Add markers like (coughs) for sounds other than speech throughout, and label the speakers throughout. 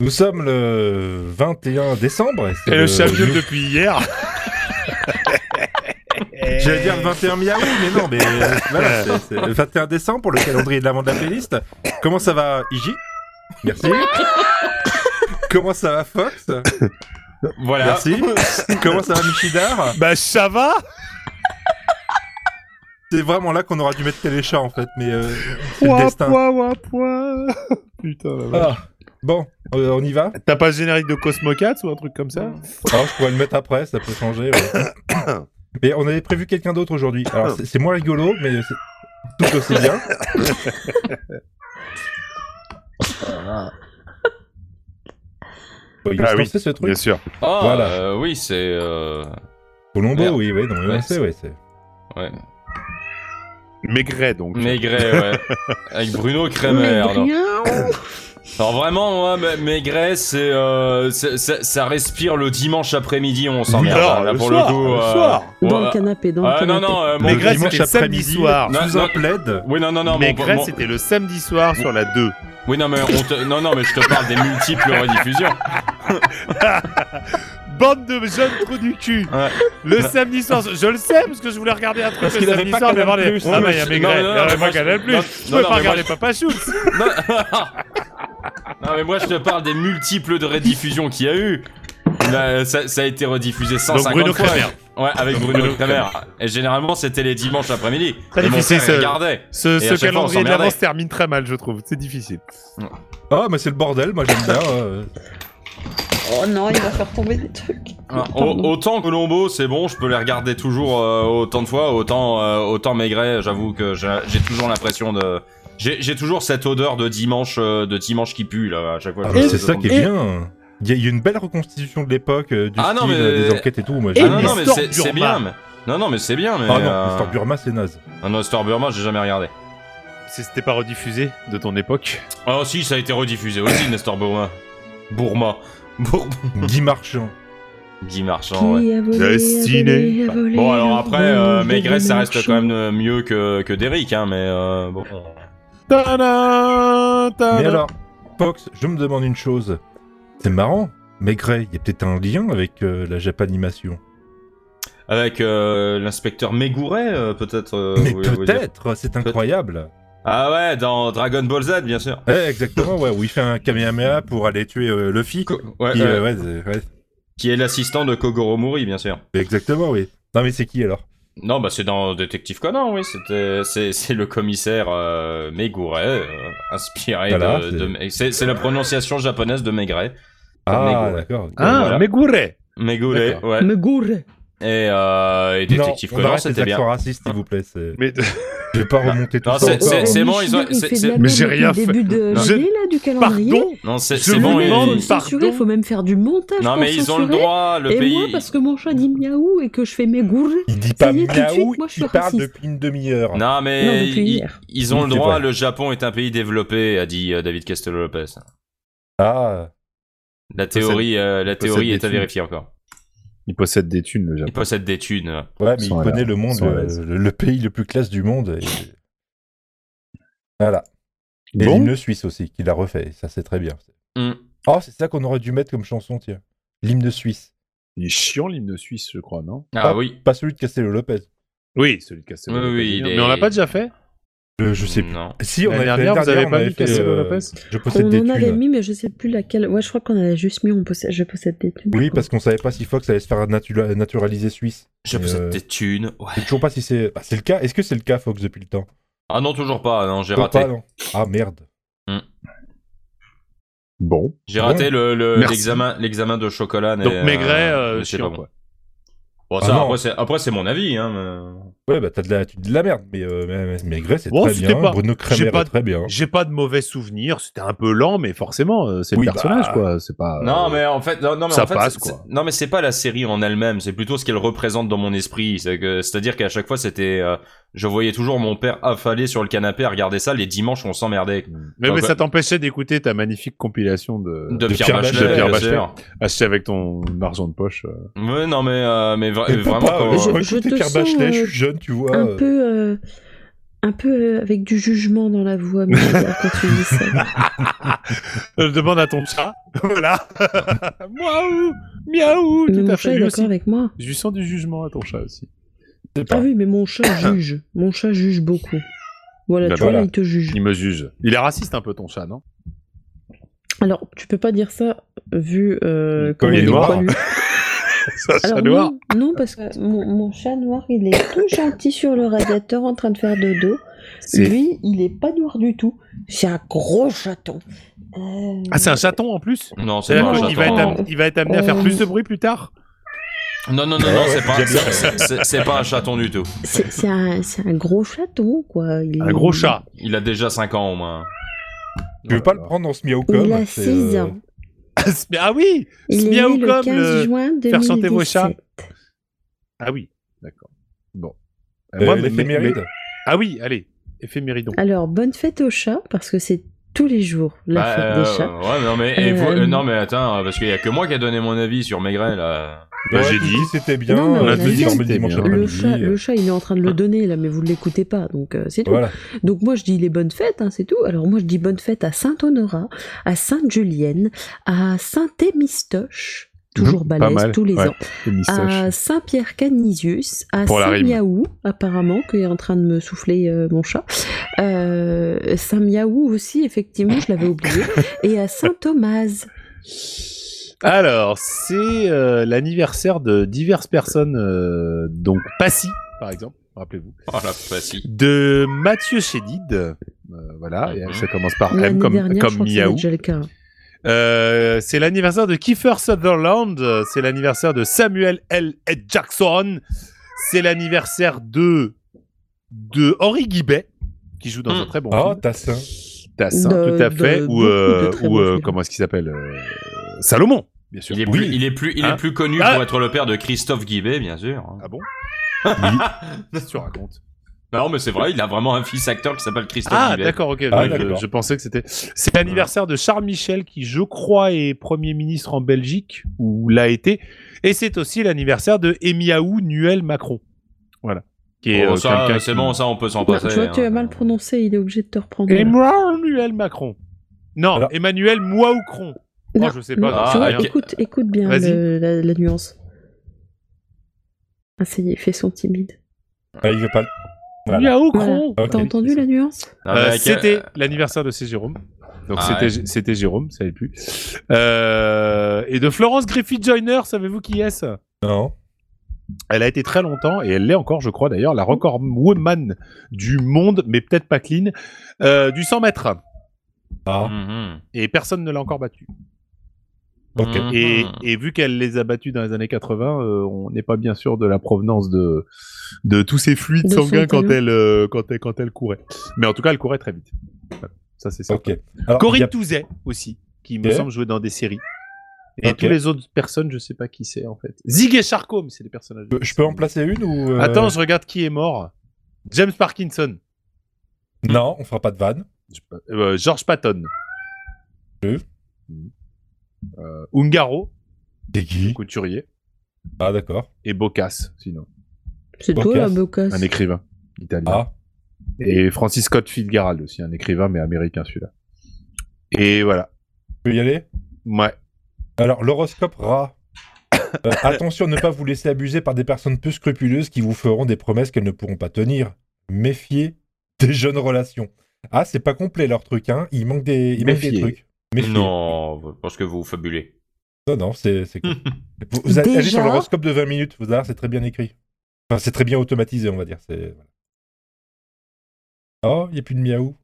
Speaker 1: Nous sommes le 21 décembre.
Speaker 2: Et le (laughs) chapitre depuis hier.
Speaker 1: J'allais dire le 21 miaou, mais non, mais (laughs) euh, voilà, c'est- c'est le 21 décembre pour le calendrier de l'avant de la playlist. Comment ça va, Iji
Speaker 2: (laughs)
Speaker 1: Merci. Comment ça va, Fox
Speaker 3: Voilà.
Speaker 1: Merci.
Speaker 2: Ah.
Speaker 1: Comment ça va, Michidar
Speaker 2: Bah ça va
Speaker 1: C'est vraiment là qu'on aura dû mettre Téléchat, en fait, mais euh, c'est le destin.
Speaker 2: Ouah, ouah, ouah, ouah. Putain, la vache.
Speaker 1: Ah. Bon, euh, on y va
Speaker 2: T'as pas le générique de Cosmo 4 ou un truc comme ça
Speaker 1: Alors, je pourrais le mettre après, ça peut changer.
Speaker 2: (coughs)
Speaker 1: ouais. mais on avait prévu quelqu'un d'autre aujourd'hui.
Speaker 2: Ah.
Speaker 1: Alors, c'est- c'est moins rigolo, mais c'est tout aussi bien. Bon, il va
Speaker 2: Ah
Speaker 1: se
Speaker 2: oui,
Speaker 1: lancer, ce truc.
Speaker 2: Bien sûr.
Speaker 3: Ah,
Speaker 1: Voilà.
Speaker 3: euh, oui, c'est. euh,
Speaker 1: Colombo,
Speaker 3: Merde.
Speaker 1: oui, oui, non, mais
Speaker 3: Ouais,
Speaker 1: on sait,
Speaker 3: c'est-
Speaker 1: ouais, c'est.
Speaker 3: ouais.
Speaker 2: Maigret donc. (laughs)
Speaker 3: Maigret, ouais. Avec Bruno Kremer. non. (coughs) Alors vraiment, moi, Ma- Maigret, c'est, euh, c'est- c'est- ça respire le dimanche après-midi, on s'emmerde.
Speaker 2: Non,
Speaker 3: hein, là,
Speaker 2: le
Speaker 3: pour
Speaker 2: soir,
Speaker 3: le coup.
Speaker 2: le
Speaker 3: euh,
Speaker 2: soir.
Speaker 3: ouais,
Speaker 4: Dans
Speaker 3: euh,
Speaker 4: le canapé, dans le
Speaker 3: ah,
Speaker 4: canapé.
Speaker 3: non, non, euh, mon-
Speaker 2: Maigret,
Speaker 1: dimanche
Speaker 2: c'était le samedi
Speaker 1: après-midi.
Speaker 2: soir.
Speaker 3: Non,
Speaker 1: Sous un plaid,
Speaker 3: Oui, non, non, non. mon-
Speaker 2: Maigret,
Speaker 3: mon-
Speaker 2: c'était le samedi soir sur la 2.
Speaker 3: Oui, non, mais on te- non, non, mais je te parle
Speaker 2: (laughs)
Speaker 3: des multiples rediffusions.
Speaker 2: Bande de jeunes trous du cul
Speaker 3: Ouais.
Speaker 2: Le samedi soir, je le sais parce que je voulais regarder un truc
Speaker 3: Parce
Speaker 2: le
Speaker 3: qu'il avait
Speaker 2: samedi
Speaker 3: pas
Speaker 2: soir, mais
Speaker 3: Canal+.
Speaker 2: regardez. Ah
Speaker 3: Ouais,
Speaker 2: bah il y a
Speaker 3: mais-
Speaker 2: Maigret,
Speaker 3: non,
Speaker 2: il
Speaker 3: non,
Speaker 2: y avait
Speaker 3: non,
Speaker 2: pas
Speaker 3: moi, je-
Speaker 2: Canal+.
Speaker 3: non,
Speaker 2: Je
Speaker 3: non,
Speaker 2: peux
Speaker 3: non,
Speaker 2: pas
Speaker 3: mais
Speaker 2: regarder
Speaker 3: moi,
Speaker 2: Papa Schultz
Speaker 3: Non, non, mais moi je te parle des multiples de rediffusions qu'il y a eu. Là, ça, ça a été rediffusé 150
Speaker 2: Donc Bruno
Speaker 3: fois.
Speaker 2: Kremer.
Speaker 3: Ouais, avec
Speaker 2: Donc,
Speaker 3: Bruno,
Speaker 2: Bruno
Speaker 3: Kremer. Et généralement c'était les dimanches après-midi.
Speaker 2: Très
Speaker 3: Et mon
Speaker 2: difficile,
Speaker 3: frère il
Speaker 1: euh,
Speaker 2: ce-
Speaker 3: regardait.
Speaker 2: Ce,
Speaker 3: Et à
Speaker 2: ce
Speaker 3: chaque fois, on
Speaker 2: calendrier de
Speaker 3: s'emmerdait.
Speaker 2: l'avance termine très mal, je trouve. C'est difficile.
Speaker 1: Ah, mais c'est le bordel, moi j'aime bien. euh.
Speaker 4: Oh non, il va faire tomber des trucs.
Speaker 3: Hein, au- autant Colombo, c'est bon, je peux les regarder toujours euh, autant de fois, autant euh, autant Maigret, j'avoue que j'ai j'ai toujours l'impression de j'ai j'ai toujours cette odeur de dimanche euh, de dimanche qui pue là à chaque fois.
Speaker 1: Ah,
Speaker 3: Je-
Speaker 1: mais
Speaker 3: je-
Speaker 1: c'est ça qui est
Speaker 2: et-
Speaker 1: bien. Il y a- il y a une belle reconstitution de l'époque, euh, du
Speaker 3: Ah, non,
Speaker 1: style,
Speaker 3: mais-
Speaker 1: euh, des enquêtes et tout. Moi,
Speaker 2: Et
Speaker 3: Ah
Speaker 1: j'aime
Speaker 3: non
Speaker 1: bien.
Speaker 3: non mais
Speaker 2: Nestor
Speaker 3: c'est c'est
Speaker 2: Burma.
Speaker 3: bien. mais- Non non mais c'est bien mais
Speaker 1: Ah
Speaker 3: euh,
Speaker 1: non, l'histoire Burma, c'est naze.
Speaker 3: Ah non, Star Burma, j'ai jamais regardé.
Speaker 2: Si c'était pas rediffusé de ton époque.
Speaker 3: Ah si, ça a été rediffusé aussi, Nestor Burma. Bourma. Bourma.
Speaker 1: Guy Marchand.
Speaker 3: Guy Marchand, ouais.
Speaker 2: Destiné.
Speaker 3: Bon, alors après, euh, Maigret, ça reste quand même euh, mieux que, que Derrick, hein, mais euh, bon.
Speaker 2: Ta-da, ta-da.
Speaker 1: Mais alors, Fox, je me demande une chose. C'est marrant, Maigret, il y a peut-être un lien avec euh, la Japanimation.
Speaker 3: Avec euh, l'inspecteur Megouret, euh, peut-être. euh,
Speaker 1: mais
Speaker 3: vous voulez- vous voulez dire.
Speaker 1: peut-être, c'est incroyable.
Speaker 3: Ah ouais, dans Dragon Ball Z, bien sûr.
Speaker 1: Ouais, exactement, ouais, où il fait un Kamehameha pour aller tuer euh, Luffy.
Speaker 3: Co- ouais,
Speaker 1: Qui,
Speaker 3: euh,
Speaker 1: euh, ouais, c'est- ouais,
Speaker 3: Qui est l'assistant de Kogoro Mori, bien sûr.
Speaker 1: exactement, oui. Non, mais c'est qui alors
Speaker 3: Non, bah c'est dans Détective Conan, oui. C'était, c'est, c'est le commissaire euh, Megouret, euh, inspiré
Speaker 1: Voilà,
Speaker 3: de.
Speaker 1: c'est-
Speaker 3: de Me- c'est... c'est la prononciation japonaise de Maigret.
Speaker 1: Ah,
Speaker 3: Megouret.
Speaker 1: d'accord.
Speaker 2: Ah,
Speaker 3: Voilà.
Speaker 2: Megouret.
Speaker 3: Megouret, ouais.
Speaker 4: Me gourre.
Speaker 3: Et, euh, et Détective
Speaker 1: non, on
Speaker 3: Conan,
Speaker 1: arrête les
Speaker 3: c'était bien.
Speaker 1: accents racistes, s'il vous plaît. c'est-
Speaker 2: (laughs) Mais
Speaker 1: Ah. Je vais pas remonter tout
Speaker 3: Non,
Speaker 1: ça
Speaker 3: c'est-
Speaker 1: encore.
Speaker 3: c'est- c'est-
Speaker 4: Oh,
Speaker 3: bon, ils ont- c'est- c'est-
Speaker 4: ont.
Speaker 2: Mais j'ai rien fait.
Speaker 4: Début de
Speaker 2: Non.
Speaker 4: l'année, là, du calendrier.
Speaker 2: pardon
Speaker 3: Non, c'est,
Speaker 2: Je
Speaker 3: c'est
Speaker 2: me
Speaker 3: bon.
Speaker 2: demande
Speaker 3: ils-
Speaker 2: pardon,
Speaker 4: Il
Speaker 2: pardon.
Speaker 4: faut même faire du montage.
Speaker 3: Non,
Speaker 4: pour
Speaker 3: mais ils ont le
Speaker 4: censurer.
Speaker 3: droit, le
Speaker 4: Et
Speaker 3: pays.
Speaker 4: moi, parce que mon chat dit miaou et que je fais mes gourres.
Speaker 1: Il dit
Speaker 4: Ça
Speaker 1: pas
Speaker 4: y est, tout de
Speaker 1: miaou,
Speaker 4: suite, moi, je suis
Speaker 1: il parle
Speaker 4: raciste.
Speaker 1: depuis une demi-heure.
Speaker 3: Non, mais
Speaker 4: Non, depuis
Speaker 3: ils,
Speaker 4: hier.
Speaker 3: ils ont
Speaker 1: Oui,
Speaker 3: le
Speaker 1: c'est
Speaker 3: droit,
Speaker 1: vrai.
Speaker 3: le Japon est un pays développé, a dit euh, David Castello-Lopez.
Speaker 1: Ah,
Speaker 3: La
Speaker 2: possède-
Speaker 3: théorie, euh, la
Speaker 2: il possède
Speaker 3: théorie
Speaker 2: des
Speaker 3: est à
Speaker 2: thunes.
Speaker 3: vérifier encore.
Speaker 2: Il possède des thunes, le
Speaker 3: Ils possèdent des thunes.
Speaker 1: ouais, mais il
Speaker 2: Sans
Speaker 1: connaît le monde,
Speaker 2: sans
Speaker 1: euh,
Speaker 2: l'aise.
Speaker 1: le, le pays le plus classe du monde. et- Voilà. Et
Speaker 2: Bon.
Speaker 1: l'hymne suisse aussi, qu'il a refait, ça c'est très bien.
Speaker 3: Hmm.
Speaker 1: Oh, c'est ça qu'on aurait dû mettre comme chanson, tiens. L'hymne suisse.
Speaker 2: Il est chiant, l'hymne suisse, je crois, non
Speaker 3: Ah
Speaker 1: Hop.
Speaker 3: oui.
Speaker 1: Pas celui de Castello Lopez.
Speaker 2: Oui, celui de Castello.
Speaker 3: Oui, oui, il est-
Speaker 2: Mais on l'a pas déjà fait
Speaker 1: Je, Euh, je sais plus.
Speaker 3: Non.
Speaker 1: Si, on avait
Speaker 2: L'année
Speaker 1: fait
Speaker 2: dernière, vous avez
Speaker 1: on
Speaker 2: pas
Speaker 1: avait
Speaker 2: mis
Speaker 1: fait,
Speaker 2: Castello
Speaker 1: euh,
Speaker 2: Lopez
Speaker 1: Je possède
Speaker 4: On
Speaker 1: des
Speaker 4: en avait
Speaker 1: thunes.
Speaker 4: mis, mais je sais plus laquelle. Ouais, je crois qu'on avait juste mis on possède... je possède des thunes.
Speaker 1: Oui, parce qu'on savait pas si Fox allait se faire natura- naturaliser suisse.
Speaker 3: Je
Speaker 1: Et,
Speaker 3: possède
Speaker 1: euh,
Speaker 3: des thunes. Ouais.
Speaker 1: Je sais toujours pas si c'est. bah, c'est le cas. Est-ce que c'est le cas, Fox, depuis le temps
Speaker 3: Ah non, toujours pas. Non, j'ai
Speaker 1: Toujours
Speaker 3: raté.
Speaker 1: pas, non Ah merde.
Speaker 2: Bon.
Speaker 3: J'ai raté le- le-
Speaker 2: Merci.
Speaker 3: l'examen, l'examen de chocolat. mais,
Speaker 2: Donc
Speaker 3: euh,
Speaker 2: Maigret, euh,
Speaker 3: mais c'est
Speaker 2: chiant,
Speaker 3: pas bon.
Speaker 2: quoi.
Speaker 3: Bon,
Speaker 1: Ah
Speaker 3: ça,
Speaker 1: non.
Speaker 3: après, c'est, après, c'est mon avis. Hein, mais-
Speaker 1: Ouais, bah t'as de la, tu dis de la merde, mais, euh, mais, mais Maigret, c'est
Speaker 2: Bon,
Speaker 1: très
Speaker 2: c'était
Speaker 1: bien.
Speaker 2: pas-
Speaker 1: Bruno
Speaker 2: j'ai
Speaker 1: Kramer
Speaker 2: pas
Speaker 1: est très bien.
Speaker 2: J'ai pas de mauvais souvenirs, c'était un peu lent, mais forcément, euh, c'est
Speaker 1: Oui,
Speaker 2: le personnage,
Speaker 1: bah.
Speaker 2: quoi. C'est pas.
Speaker 3: Non,
Speaker 2: euh,
Speaker 3: mais en fait, non, non, mais
Speaker 2: ça
Speaker 3: en fait,
Speaker 2: passe,
Speaker 3: c'est-
Speaker 2: quoi.
Speaker 3: c'est- Non, mais c'est pas la série en elle-même, c'est plutôt ce qu'elle représente dans mon esprit. C'est que, c'est-à-dire qu'à chaque fois, c'était, euh, je voyais toujours mon père affalé sur le canapé à regarder ça. Les dimanches, on s'emmerdait.
Speaker 2: Mais,
Speaker 3: Ah,
Speaker 2: euh, mais
Speaker 3: bah.
Speaker 2: ça t'empêchait d'écouter ta magnifique compilation de,
Speaker 3: De, Pierre,
Speaker 1: Pierre
Speaker 3: Bachelet,
Speaker 1: Bachelet,
Speaker 2: Pierre
Speaker 3: bien sûr.
Speaker 2: acheté avec ton argent de poche. euh.
Speaker 3: Ouais, non, mais, euh, mais, vra-
Speaker 1: Mais
Speaker 3: vraiment.
Speaker 1: papa,
Speaker 3: quand-
Speaker 1: euh,
Speaker 4: Je-
Speaker 1: moi,
Speaker 4: je
Speaker 1: j'écoutais
Speaker 4: te
Speaker 1: Pierre
Speaker 4: sens,
Speaker 1: Bachelet, je
Speaker 4: euh,
Speaker 1: suis jeune, tu vois.
Speaker 4: un
Speaker 1: euh,
Speaker 4: peu, euh,
Speaker 2: (laughs) Ah,
Speaker 4: un peu euh, avec du jugement dans la voix mais, euh, quand tu dis ça.
Speaker 2: Euh, demande (laughs) à ton chat. voilà. (laughs) Miaou Miaou
Speaker 4: Mais
Speaker 2: Tout
Speaker 4: mon
Speaker 2: à
Speaker 4: chat
Speaker 2: fait.
Speaker 4: est
Speaker 2: Lui
Speaker 4: d'accord
Speaker 2: aussi.
Speaker 4: avec moi.
Speaker 2: Du sens du jugement à ton chat aussi.
Speaker 4: Ah oui, mais mon chat
Speaker 2: (coughs)
Speaker 4: juge. Mon chat juge beaucoup. Voilà,
Speaker 2: Bah
Speaker 4: tu vois,
Speaker 2: voilà.
Speaker 4: là, il te juge.
Speaker 2: Il me juge. Il est raciste un peu ton chat, (laughs) non
Speaker 4: Alors, tu peux pas dire ça vu euh, comment
Speaker 2: il est
Speaker 4: il est
Speaker 2: noir. (laughs)
Speaker 4: poilu.
Speaker 2: C'est un
Speaker 4: Alors,
Speaker 2: chat noir.
Speaker 4: Non, non, parce que mon, mon chat noir, il est tout gentil sur le radiateur en train de faire dodo.
Speaker 2: C'est-
Speaker 4: Lui, il est pas noir du tout. C'est un gros chaton. Euh,
Speaker 2: Ah, c'est un chaton en plus
Speaker 3: Non, c'est pas
Speaker 2: C'est-à-dire
Speaker 3: un chaton.
Speaker 2: qu'il va, être am- Eh, il va être amené à faire
Speaker 4: Euh,
Speaker 2: plus de bruit plus tard
Speaker 3: Non, non, non, non, c'est pas, c'est- c'est- c'est pas un chaton du tout.
Speaker 4: c'est c'est un, c'est un gros chaton, quoi. Il
Speaker 2: Un
Speaker 4: est-
Speaker 2: gros chat. (laughs)
Speaker 3: Il a déjà 5 ans au moins.
Speaker 1: Je veux pas le prendre en ce miau comme.
Speaker 4: Il a
Speaker 1: c'est,
Speaker 4: 6
Speaker 1: euh,
Speaker 4: ans.
Speaker 2: Ah, c'est- ah oui
Speaker 4: Il est
Speaker 2: Smiao
Speaker 4: né le
Speaker 2: comme
Speaker 4: 15
Speaker 2: le-
Speaker 4: juin 2017.
Speaker 2: faire chanter vos chats. Ah oui, d'accord. Bon. Euh,
Speaker 1: euh,
Speaker 2: mais-
Speaker 1: l'éphéméride.
Speaker 2: mais- Ah oui, allez, éphéméridon.
Speaker 4: Alors, bonne fête aux chats, parce que c'est tous les jours la
Speaker 3: Bah,
Speaker 4: fête
Speaker 3: euh,
Speaker 4: des chats.
Speaker 3: ouais, non, mais, et
Speaker 4: Euh,
Speaker 3: faut-
Speaker 4: euh,
Speaker 3: non, mais attends, parce qu'il y a que moi qui a donné mon avis sur Maigret, là.
Speaker 2: Bah,
Speaker 1: Ouais,
Speaker 2: j'ai
Speaker 1: tout
Speaker 2: dit.
Speaker 1: dit c'était bien.
Speaker 4: Non, mais on
Speaker 1: euh,
Speaker 4: a
Speaker 1: tout
Speaker 4: dit
Speaker 1: dit
Speaker 4: que
Speaker 2: c'était
Speaker 1: dimanche
Speaker 2: bien.
Speaker 1: après-midi,
Speaker 4: Le chat,
Speaker 1: euh,
Speaker 4: le chat, il est en train de
Speaker 2: Ah.
Speaker 4: le donner, là, mais vous ne l'écoutez pas, donc euh, c'est tout.
Speaker 1: Voilà.
Speaker 4: Donc moi je dis les bonnes fêtes, hein, c'est tout. Alors moi je dis bonne fête à Sainte-Honorat, à Sainte-Julienne, à Saint-Émistoche, toujours
Speaker 2: Mhm, pas
Speaker 4: balèze
Speaker 2: mal,
Speaker 4: tous les
Speaker 2: ouais.
Speaker 4: ans, à Saint-Pierre Canisius, à
Speaker 2: Pour la rime.
Speaker 4: Saint-Miaou, apparemment, qui est en train de me souffler euh, mon chat, euh, Saint-Miaou aussi, effectivement, je
Speaker 2: (laughs)
Speaker 4: l'avais oublié, et à Saint-Thomas.
Speaker 2: Ah. Alors, c'est euh, l'anniversaire de diverses personnes, euh, donc Passy, par exemple, rappelez-vous,
Speaker 3: Oh la facile.
Speaker 2: de Mathieu Chédid, euh, voilà, et
Speaker 3: Mhm.
Speaker 2: ça commence par M
Speaker 4: L'année
Speaker 2: comme,
Speaker 4: dernière, je
Speaker 2: comme
Speaker 4: crois que c'était
Speaker 2: Miaou.
Speaker 4: déjà le cas.
Speaker 2: Euh, c'est l'anniversaire de Kiefer Sutherland, euh, c'est l'anniversaire de Samuel L. Ed Jackson, c'est l'anniversaire de, de Henri Guibet, qui joue dans un
Speaker 3: Mm.
Speaker 2: très bon
Speaker 1: Ah,
Speaker 2: film.
Speaker 1: Tassin.
Speaker 2: Tassin,
Speaker 4: De-
Speaker 2: tout à
Speaker 4: de-
Speaker 2: fait, ou,
Speaker 4: beaucoup de
Speaker 2: euh,
Speaker 4: très
Speaker 2: ou,
Speaker 4: bons
Speaker 2: euh,
Speaker 4: films.
Speaker 2: comment est-ce qu'il s'appelle euh, Salomon, bien sûr.
Speaker 3: Il est
Speaker 2: Oui.
Speaker 3: plus, il est plus, il
Speaker 2: Hein
Speaker 3: est plus connu
Speaker 2: Ah
Speaker 3: pour être le père de Christophe Guibet, bien sûr. hein.
Speaker 2: Ah
Speaker 3: (laughs)
Speaker 2: bon Oui. Qu'est-ce que tu racontes
Speaker 3: Non, mais c'est vrai, il a vraiment un fils acteur qui s'appelle Christophe
Speaker 2: Ah,
Speaker 3: Guibet.
Speaker 2: d'accord, ok.
Speaker 1: Ah,
Speaker 2: je-
Speaker 1: d'accord.
Speaker 2: Je, pensais que c'était. C'est l'anniversaire de Charles Michel, qui, je crois, est Premier ministre en Belgique, ou l'a été. Et c'est aussi l'anniversaire de Emiaou Nuel Macron. Voilà. Qui
Speaker 3: Bon,
Speaker 2: euh,
Speaker 3: Oh, ça,
Speaker 2: quelqu'un
Speaker 3: c'est
Speaker 2: qui-
Speaker 3: bon, ça, on peut s'en
Speaker 4: Non,
Speaker 3: passer.
Speaker 4: tu
Speaker 2: euh,
Speaker 4: vois, tu
Speaker 3: hein.
Speaker 4: as mal prononcé, il est obligé de te reprendre.
Speaker 2: Emmanuel Nuel Macron. Non,
Speaker 1: Alors-
Speaker 2: Emmanuel Mouaoucron. Oh,
Speaker 4: Non,
Speaker 2: je sais pas,
Speaker 4: non,
Speaker 3: ah,
Speaker 4: tu vois,
Speaker 3: ok.
Speaker 4: écoute, écoute bien
Speaker 2: Vas-y.
Speaker 4: le- la, la nuance. Ah, ça y est, fais son timide.
Speaker 1: Ah, il veut pas le. Voilà.
Speaker 2: Mouaoucron.
Speaker 1: Voilà. Ok.
Speaker 4: T'as entendu la nuance
Speaker 3: Ah,
Speaker 2: Euh,
Speaker 3: mais à quel-
Speaker 2: c'était l'anniversaire de C. Jérôme. Donc
Speaker 3: Ah
Speaker 2: c'était c'était Jérôme, ça n'est plus. Euh, et de Florence Griffith Joyner, savez-vous qui est-ce
Speaker 1: Non.
Speaker 2: Elle a été très longtemps, et elle l'est encore, je crois d'ailleurs, la record woman du monde, mais peut-être pas clean, euh, du 100 mètres. Oh.
Speaker 1: Ah,
Speaker 3: Mhm.
Speaker 2: Et personne ne l'a encore battue.
Speaker 1: ok.
Speaker 3: Mhm.
Speaker 2: Et, et vu qu'elle les a battus dans les années 80, euh, on n'est pas bien sûr de la provenance de, de tous ces fluides
Speaker 4: De son
Speaker 2: sanguins quand
Speaker 4: talon.
Speaker 2: elle, euh, quand, elle, quand elle courait. Mais en tout cas, elle courait très vite. Voilà. Ça, c'est certain.
Speaker 1: Ok. Alors,
Speaker 2: Corinne
Speaker 1: il y a-
Speaker 2: Touzet aussi, qui me
Speaker 1: Ok.
Speaker 2: semble jouer dans des séries. Et
Speaker 1: Ok.
Speaker 2: toutes les autres personnes, je sais pas qui c'est en fait. Zig et Charcot, mais c'est des personnages.
Speaker 1: je peux en placer une ou. euh,
Speaker 2: Attends, je regarde qui est mort. James Parkinson,
Speaker 1: Non, on fera pas de vanne.
Speaker 2: Je- euh, George Patton,
Speaker 1: Euh.
Speaker 2: Mm. Euh, Ungaro,
Speaker 1: C'est qui
Speaker 2: couturier,
Speaker 1: Ah, d'accord.
Speaker 2: et Bocas, sinon,
Speaker 4: C'est
Speaker 1: Bocas.
Speaker 4: toi la bocasse.
Speaker 2: un écrivain italien.
Speaker 1: Ah,
Speaker 2: Et Francis Scott Fitzgerald aussi, un écrivain mais américain celui-là. Et voilà.
Speaker 1: je peux y aller
Speaker 2: Ouais.
Speaker 1: Alors, l'horoscope rat. Euh, attention, ne pas vous laisser abuser par des personnes peu scrupuleuses qui vous feront des promesses qu'elles ne pourront pas tenir. Méfiez des jeunes relations. Ah, c'est pas complet leur truc, hein. Il manque des, il manque des
Speaker 2: Méfiez.
Speaker 1: trucs. Méfiez.
Speaker 3: Non, parce que vous fabulez.
Speaker 1: Non, non, c'est c'est cool. vous, vous allez
Speaker 4: Déjà
Speaker 1: sur l'horoscope de 20 minutes, vous allez voir, c'est très bien écrit. Enfin, c'est très bien automatisé, on va dire. c'est- Oh, il n'y a plus de miaou.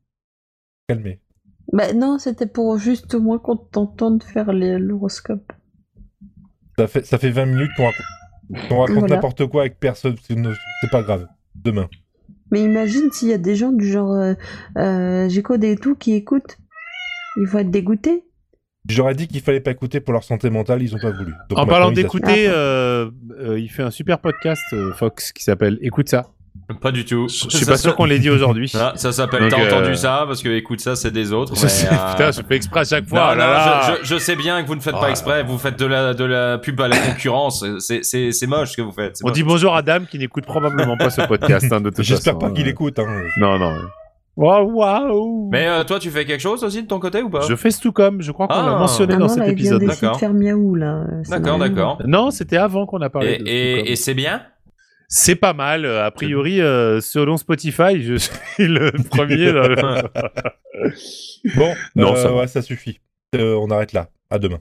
Speaker 1: Calmez.
Speaker 4: Bah non, c'était pour juste au moins qu'on t'entende faire les- l'horoscope.
Speaker 1: Ça fait, ça fait 20 minutes qu'on raconte, qu'on raconte
Speaker 4: Voilà.
Speaker 1: n'importe quoi avec personne. C'est no- c'est pas grave. Demain.
Speaker 4: Mais imagine s'il y a des gens du genre euh, euh, J'ai codé et tout qui écoutent. Ils vont être dégoûtés.
Speaker 1: J'aurais dit qu'il fallait pas écouter pour leur santé mentale, ils ont pas voulu. Donc
Speaker 2: en
Speaker 1: maintenant,
Speaker 2: parlant
Speaker 1: ils
Speaker 2: d'écouter, euh, euh, il fait un super podcast euh, Fox qui s'appelle Écoute ça.
Speaker 3: Pas du tout.
Speaker 2: Je je suis pas sûr qu'on l'ait dit aujourd'hui.
Speaker 3: Ah, ça s'appelle
Speaker 2: Donc,
Speaker 3: T'as
Speaker 2: euh,
Speaker 3: entendu ça Parce que écoute, ça, c'est des autres.
Speaker 2: Je
Speaker 3: mais,
Speaker 2: sais-
Speaker 3: euh,
Speaker 2: Putain, je fais exprès à chaque
Speaker 3: non,
Speaker 2: fois. oh là
Speaker 3: non,
Speaker 2: là.
Speaker 3: Je, je- je sais bien que vous ne faites
Speaker 2: Oh là
Speaker 3: pas exprès, vous faites de la, de la pub à la concurrence, c'est- c'est c'est moche ce que vous faites. c'est
Speaker 2: On
Speaker 3: moche.
Speaker 2: dit bonjour à Dame qui n'écoute probablement pas ce podcast. hein, de toute
Speaker 1: assument. J'espère
Speaker 2: façon, (laughs)
Speaker 1: pas qu'il
Speaker 2: hein.
Speaker 1: écoute. hein.
Speaker 2: Non, non. Waouh, waouh
Speaker 3: Mais euh, toi, tu fais quelque chose aussi de ton côté ou pas
Speaker 2: Je fais Stucom, je crois qu'on
Speaker 3: Ah.
Speaker 2: l'a mentionné
Speaker 4: Ah
Speaker 2: dans
Speaker 4: non,
Speaker 2: cet
Speaker 4: là, il vient
Speaker 2: épisode.
Speaker 4: d'essayer de
Speaker 3: d'accord.
Speaker 4: faire miaou, là. Euh, ça
Speaker 3: D'accord,
Speaker 4: m'a l'air.
Speaker 3: d'accord.
Speaker 2: Non, c'était avant qu'on a
Speaker 3: Et,
Speaker 2: parlé de Stucom.
Speaker 3: et- et c'est (laughs) bien
Speaker 2: C'est pas mal. euh, A priori, euh, selon Spotify, je (laughs) suis le premier.
Speaker 3: (laughs)
Speaker 2: dans le-
Speaker 1: Bon,
Speaker 2: Non,
Speaker 1: euh,
Speaker 2: ça va.
Speaker 1: ouais, ça suffit. Euh, on arrête là. À demain.